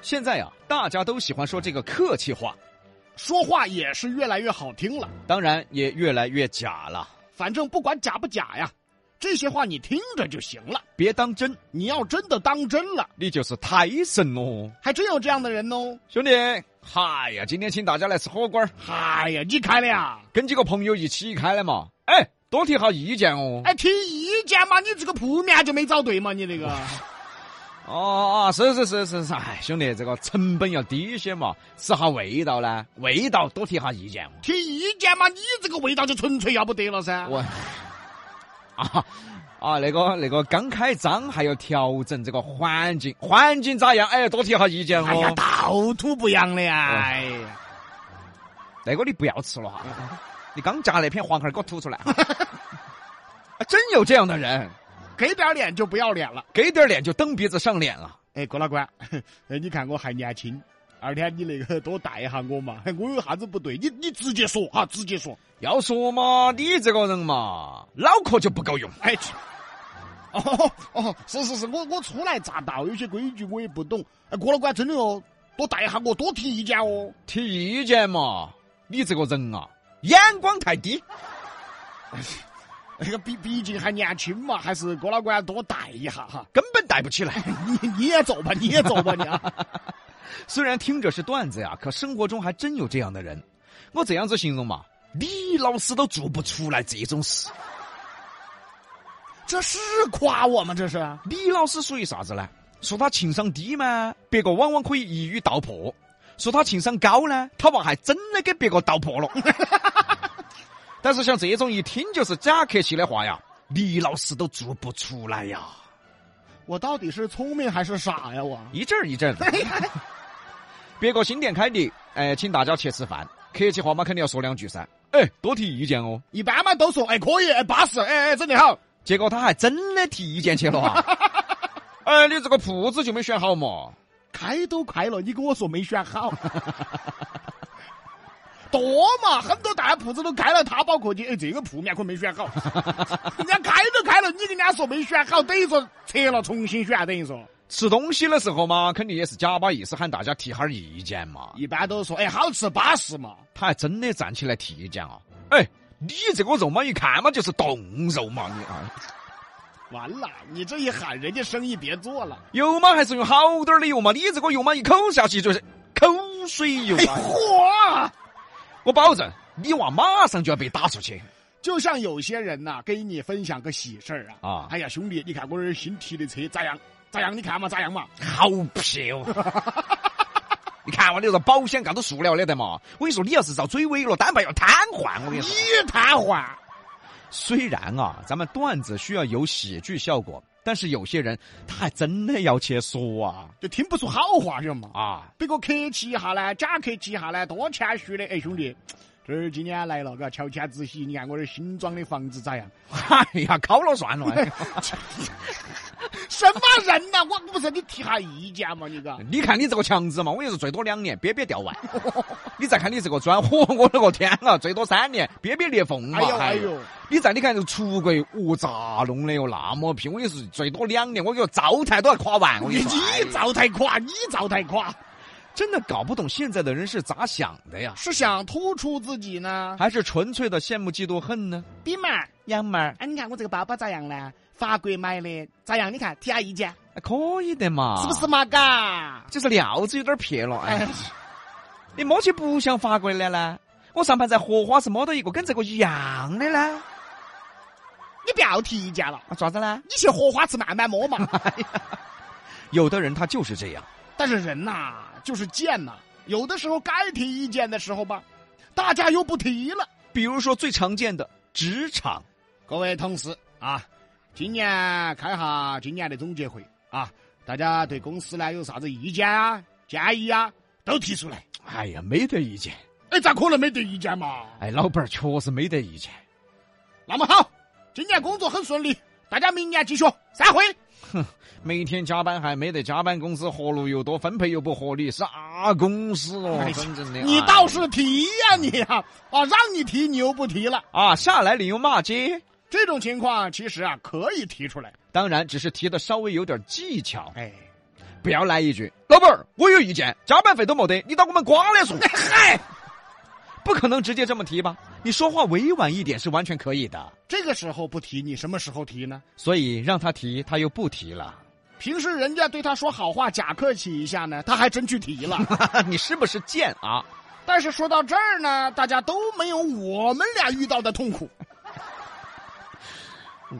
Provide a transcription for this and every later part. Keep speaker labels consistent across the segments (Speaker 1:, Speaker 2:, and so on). Speaker 1: 现在呀、啊大家都喜欢说这个客气话，
Speaker 2: 说话也是越来越好听了。
Speaker 1: 当然也越来越假了。
Speaker 2: 反正不管假不假呀，这些话你听着就行了。
Speaker 1: 别当真，
Speaker 2: 你要真的当真了，
Speaker 1: 你就是胎神哦，
Speaker 2: 还真有这样的人哦。
Speaker 1: 兄弟。嗨呀，今天请大家来吃火锅儿，
Speaker 2: 嗨呀，你开了呀？
Speaker 1: 跟几个朋友一起开的嘛。哎，多提下意见哦。
Speaker 2: 哎，提意见嘛，你这个铺面就没找对嘛，你这个。
Speaker 1: 哦哦，是是是是是，哎，兄弟，这个成本要低些嘛，吃下味道呢，味道多提下意见哦。
Speaker 2: 提意见嘛，你这个味道就纯粹要不得了噻。
Speaker 1: 我 啊啊，那个那个刚开张还要调整这个环境，环境咋样？哎，多提下意见
Speaker 2: 哎呀，
Speaker 1: 哦。
Speaker 2: 到土不扬的呀！哎呀，
Speaker 1: 那个你不要吃了哈，你刚夹那片黄喉给我吐出来 哈。啊真有这样的人，
Speaker 2: 给点脸就不要脸了。
Speaker 1: 给点脸就蹬鼻子上脸了。
Speaker 2: 哎，郭老官，哎你看我还年轻，二天你那个多带一下我嘛，哎我有啥子不对，你你直接说哈，直接说。
Speaker 1: 要说嘛，你这个人嘛，脑壳就不够用。
Speaker 2: 哎，去哦哦，是是是，我我初来乍到，有些规矩我也不懂。哎，郭老官，真的哦，多带一下我，多提意见哦。
Speaker 1: 提意见嘛，你这个人啊，眼光太低。
Speaker 2: 那个哎毕毕竟还年轻嘛，还是郭老官多带一下哈。
Speaker 1: 根本带不起来。
Speaker 2: 你你也走吧，你也走吧，你啊。
Speaker 1: 虽然听着是段子呀，可生活中还真有这样的人。我这样子形容嘛，李老师都做不出来这种事。
Speaker 2: 这是夸我吗？这是？
Speaker 1: 李老师属于啥子呢？说他情商低吗？别个往往可以一语道破；说他情商高呢，他娃还真的给别个道破了。 但是像这种一听就是假客气的话呀，李老师都做不出来呀，
Speaker 2: 我到底是聪明还是傻呀？我
Speaker 1: 一阵儿一阵儿。 别个新店开的，哎，请大家去吃饭，客气话嘛肯定要说两句噻。哎，多提意见哦。
Speaker 2: 一般嘛都说，哎，可以，哎，巴适，哎哎，整得好。
Speaker 1: 结果他还真的提意见去了、啊。 哎，你这个铺子就没选好嘛？
Speaker 2: 开都开了，你跟我说没选好， 多嘛，很多大铺子都开了，他包括你，哎，这个铺面可没选好，人家开都开了，你跟人家说没选好，等于说撤了重新选，等于说，
Speaker 1: 吃东西的时候嘛，肯定也是假把意思喊大家提哈儿意见嘛。
Speaker 2: 一般都说，哎，好吃巴适嘛，
Speaker 1: 他还真的站起来提意见啊！哎，你这个肉嘛，一看嘛就是冻肉嘛，你啊，
Speaker 2: 完了，你这一喊，人家生意别做了，
Speaker 1: 油嘛还是用好点儿的油嘛，你这个油嘛一口下去就是口水油
Speaker 2: 哎
Speaker 1: 啊！
Speaker 2: 嚯！
Speaker 1: 我保证，你娃马上就要被打出去。
Speaker 2: 就像有些人呐、给你分享个喜事儿啊，
Speaker 1: 啊
Speaker 2: 哎呀，兄弟，你看我这儿新提的车咋样？咋样？你看嘛，咋样嘛？
Speaker 1: 好撇哦！ 你看我那个保险杠都塑料的得嘛，我跟你说，你要是遭追尾了，单排要瘫痪。我跟你
Speaker 2: 你
Speaker 1: 说，
Speaker 2: 瘫痪，
Speaker 1: 虽然啊，咱们段子需要有喜剧效果，但是有些人他还真的要去说啊
Speaker 2: 就听不出好话，晓得嘛？
Speaker 1: 啊！
Speaker 2: 别个客气一下呢，假客气一下呢，多谦虚的。哎，兄弟，这儿今天来了，嘎，乔迁之喜，你看我这儿新装的房子咋样？
Speaker 1: 哎呀，考了算了，
Speaker 2: 什么人呐、我不是你提下意见嘛？你个，
Speaker 1: 你看你这个强子嘛，我跟你说，最多两年，憋憋 掉腕。你再看你这个砖，嚯，我的个天啊，最多三年，憋憋裂缝嘛。
Speaker 2: 哎呦哎呦，
Speaker 1: 你再你看这个出轨，我咋弄的哟？那么拼，我跟你说，最多两年，我跟你说，灶台都要垮完。我跟
Speaker 2: 你
Speaker 1: 你说，哎
Speaker 2: 你灶台垮，你灶台垮，
Speaker 1: 真的搞不懂现在的人是咋想的呀？
Speaker 2: 是想突出自己呢？
Speaker 1: 还是纯粹的羡慕嫉妒恨呢？
Speaker 2: 弟们儿，
Speaker 1: 杨妹儿，
Speaker 2: 哎，你看我这个包包咋样呢？法国买的，咋样？你看提下意见，
Speaker 1: 可以的嘛，
Speaker 2: 是不是？嘛？嘎，
Speaker 1: 就是料子有点撇了，哎
Speaker 2: 哎，，
Speaker 1: 你摸起不像法国的呢？我上盘在荷花市摸到一个跟这个一样的呢，
Speaker 2: 你不要提意见了，
Speaker 1: 啊，咋子呢？
Speaker 2: 你去荷花池慢慢摸嘛。
Speaker 1: 有的人他就是这样，
Speaker 2: 但是人呐、就是贱呐、有的时候该提意见的时候吧，大家又不提了。
Speaker 1: 比如说最常见的职场，
Speaker 2: 各位同事啊，今年开下今年的总结会啊，大家对公司呢有啥子意见啊、建议啊，都提出来。
Speaker 1: 哎呀，没得意见，
Speaker 2: 哎，咋可能没得意见嘛？
Speaker 1: 哎，老板儿确实没得意见，
Speaker 2: 那么好，今年工作很顺利，大家明年继续散会。
Speaker 1: 每天加班还没得加班工资，活路又多，分配又不合理，啥公司哦
Speaker 2: 哎？
Speaker 1: 真正的，
Speaker 2: 你
Speaker 1: 哎
Speaker 2: 倒是提呀、你呀、啊，让你提你又不提了，
Speaker 1: 啊，下来你又骂街。
Speaker 2: 这种情况其实啊可以提出来。
Speaker 1: 当然，只是提的稍微有点技巧。
Speaker 2: 哎，
Speaker 1: 不要来一句“老板儿，我有意见，加班费都没得，你当我们瓜来说”。嗨，不可能直接这么提吧？你说话委婉一点是完全可以的。
Speaker 2: 这个时候不提，你什么时候提呢？
Speaker 1: 所以让他提，他又不提了。
Speaker 2: 平时人家对他说好话，假客气一下呢，他还真去提了。
Speaker 1: 你是不是贱啊？
Speaker 2: 但是说到这儿呢，大家都没有我们俩遇到的痛苦。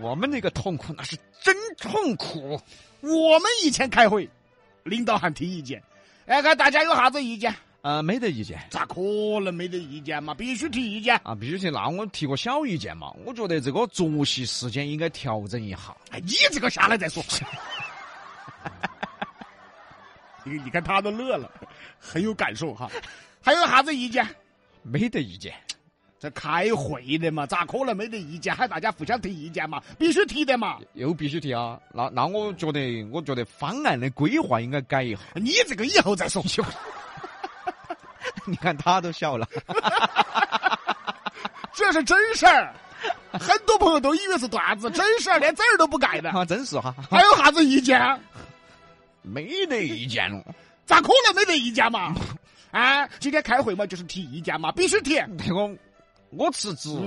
Speaker 1: 我们那个痛苦那是真痛苦。
Speaker 2: 我们以前开会，领导喊提意见，哎，看大家有啥子意见？
Speaker 1: 呃，没得意见
Speaker 2: 咋可能没得意见嘛？必须提意见。
Speaker 1: 啊，必须提。那我提个小意见嘛，我觉得这个作息时间应该调整一下。
Speaker 2: 哎，你这个下来再说。你你看他都乐了，很有感受哈。还有啥子意见？
Speaker 1: 没得意见。
Speaker 2: 这开会的嘛，咋可能没得意见？还大家互相提意见嘛，必须提的嘛。
Speaker 1: 又必须提啊！那那我觉得，我觉得方案的规划应该改一下。
Speaker 2: 你这个以后再说。
Speaker 1: 你看他都笑了，
Speaker 2: 这是真事儿，很多朋友都以为是段子，真事儿连字儿都不改 的。
Speaker 1: 啊，真是哈，
Speaker 2: 还有啥子意见？
Speaker 1: 没得意见了。
Speaker 2: 咋可能没得意见嘛？ 啊，今天开会嘛，就是提意见嘛，必须提。
Speaker 1: 那个，我辞 职。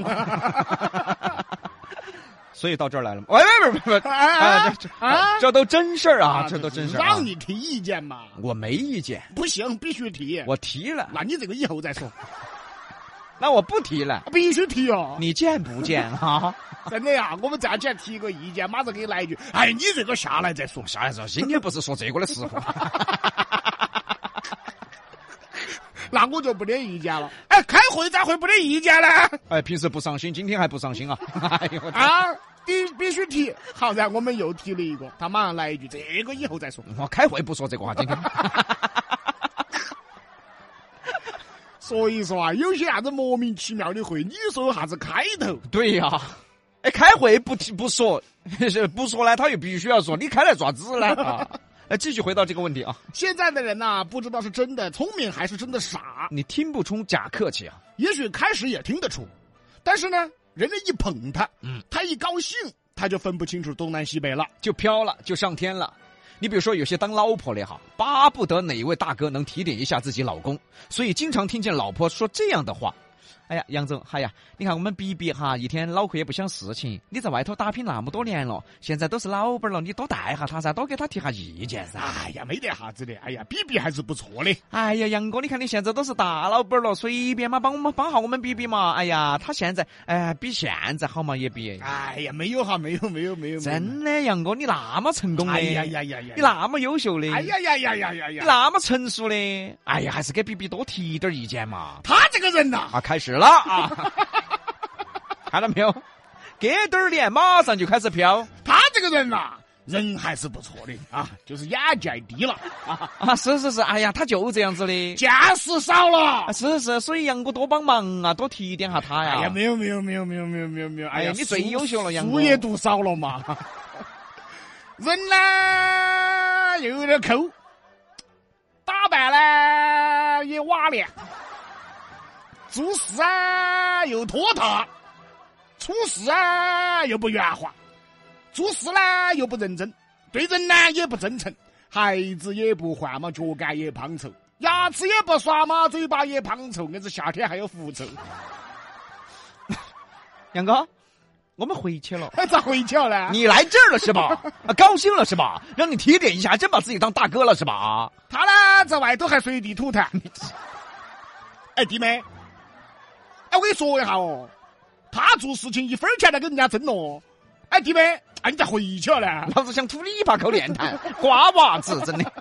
Speaker 1: 所以到这儿来了吗？喂喂喂喂喂，啊，
Speaker 2: 啊
Speaker 1: 这这
Speaker 2: 啊！
Speaker 1: 这都真事儿啊，这都真事儿啊。
Speaker 2: 让你提意见嘛，
Speaker 1: 我没意见，
Speaker 2: 不行，必须提。
Speaker 1: 我提了，
Speaker 2: 那你这个以后再说，
Speaker 1: 那我不提了。
Speaker 2: 必须提哦。
Speaker 1: 你见不见啊？
Speaker 2: 真的呀，我们站起来提个意见，马上给你来一句：“哎，你这个下来再说。
Speaker 1: 下来说， 今天不是说这个的时 候。”
Speaker 2: 那我就不得意见了。哎，开会咋会不得意见呢？
Speaker 1: 哎，平时不上心，今天还不上心啊！ 哎呦，我
Speaker 2: 啊，必必须提。好噻，我们又提了一个，他马上来一句：“这个以后再说。
Speaker 1: 我开会不说这个话，今天。”
Speaker 2: 所以说啊，有些啥子莫名其妙的会，你说有啥子开头？
Speaker 1: 对呀、哎，开会不提不说， 是不说呢，他又必须要说，你开来爪 子呢？啊，来继续回到这个问题啊，
Speaker 2: 现在的人呐、不知道是真的聪明还是真的傻。
Speaker 1: 你听不出假客气啊？
Speaker 2: 也许开始也听得出，但是呢，人家一捧他，
Speaker 1: 嗯，
Speaker 2: 他一高兴，他就分不清楚东南西北了。
Speaker 1: 就飘了，就上天了。你比如说，有些当老婆的哈，巴不得哪一位大哥能提点一下自己老公，所以经常听见老婆说这样的话：“哎呀，杨总，哎呀，你看我们比比哈，一天脑壳也不想事情。你在外头打拼那么多年了，现在都是老板了，你多带下他噻，多给他提下意见噻。”
Speaker 2: 哎呀，没得啥子的，哎呀，比比还是不错的。
Speaker 1: 哎呀，杨哥，你看你现在都是大老板了，随便嘛，帮我们帮下我们比比嘛。哎呀，他现在哎、比现在好嘛也比。
Speaker 2: 哎呀，没有哈，没有，没有，没有，没有
Speaker 1: 真的，杨哥，你那么成功的，
Speaker 2: 哎呀呀呀呀！
Speaker 1: 你那么优秀的，
Speaker 2: 哎呀呀呀呀呀
Speaker 1: 你
Speaker 2: 呀！
Speaker 1: 那么成熟的，哎呀，还是给比比多提点意见嘛。
Speaker 2: 他这个人呐、
Speaker 1: 啊，开 始了啊，看到没有？给点儿脸，马上就开始飘
Speaker 2: 他这个人呐、人还是不错的啊，就是眼界低了啊，
Speaker 1: 啊！是是是，哎呀，他就这样子的，
Speaker 2: 见识少了
Speaker 1: 啊。是是，所以杨哥多帮忙啊，多提点下他呀。
Speaker 2: 哎呀，没有没有没有没有没有没有没有，哎
Speaker 1: 哎
Speaker 2: 呀
Speaker 1: 呀，你最
Speaker 2: 书
Speaker 1: 优秀了杨
Speaker 2: 书
Speaker 1: 哥
Speaker 2: 也读少了嘛。 人呢又有点抠，打扮呢也瓦脸，做事啊又拖沓，处事啊又不圆滑，做事呢又不认真，对人呢也不真诚，孩子也不换嘛，脚杆也胖臭，牙齿也不刷嘛，嘴巴也胖臭，硬是夏天还有狐臭。
Speaker 1: 杨哥，我们回去了。
Speaker 2: 还咋回去了？
Speaker 1: 你来这儿了是 吧？啊，高兴了是吧？让你提点一下，还真把自己当大哥了是吧？啊，
Speaker 2: 他呢，在外头还随地吐痰。 哎，弟妹，哎，我跟你说一下哦，他做事情一分钱都跟人家争哦。哎，弟妹，哎，你咋回去了呢？
Speaker 1: 老子想吐你一把口脸蛋，瓜娃子，真的。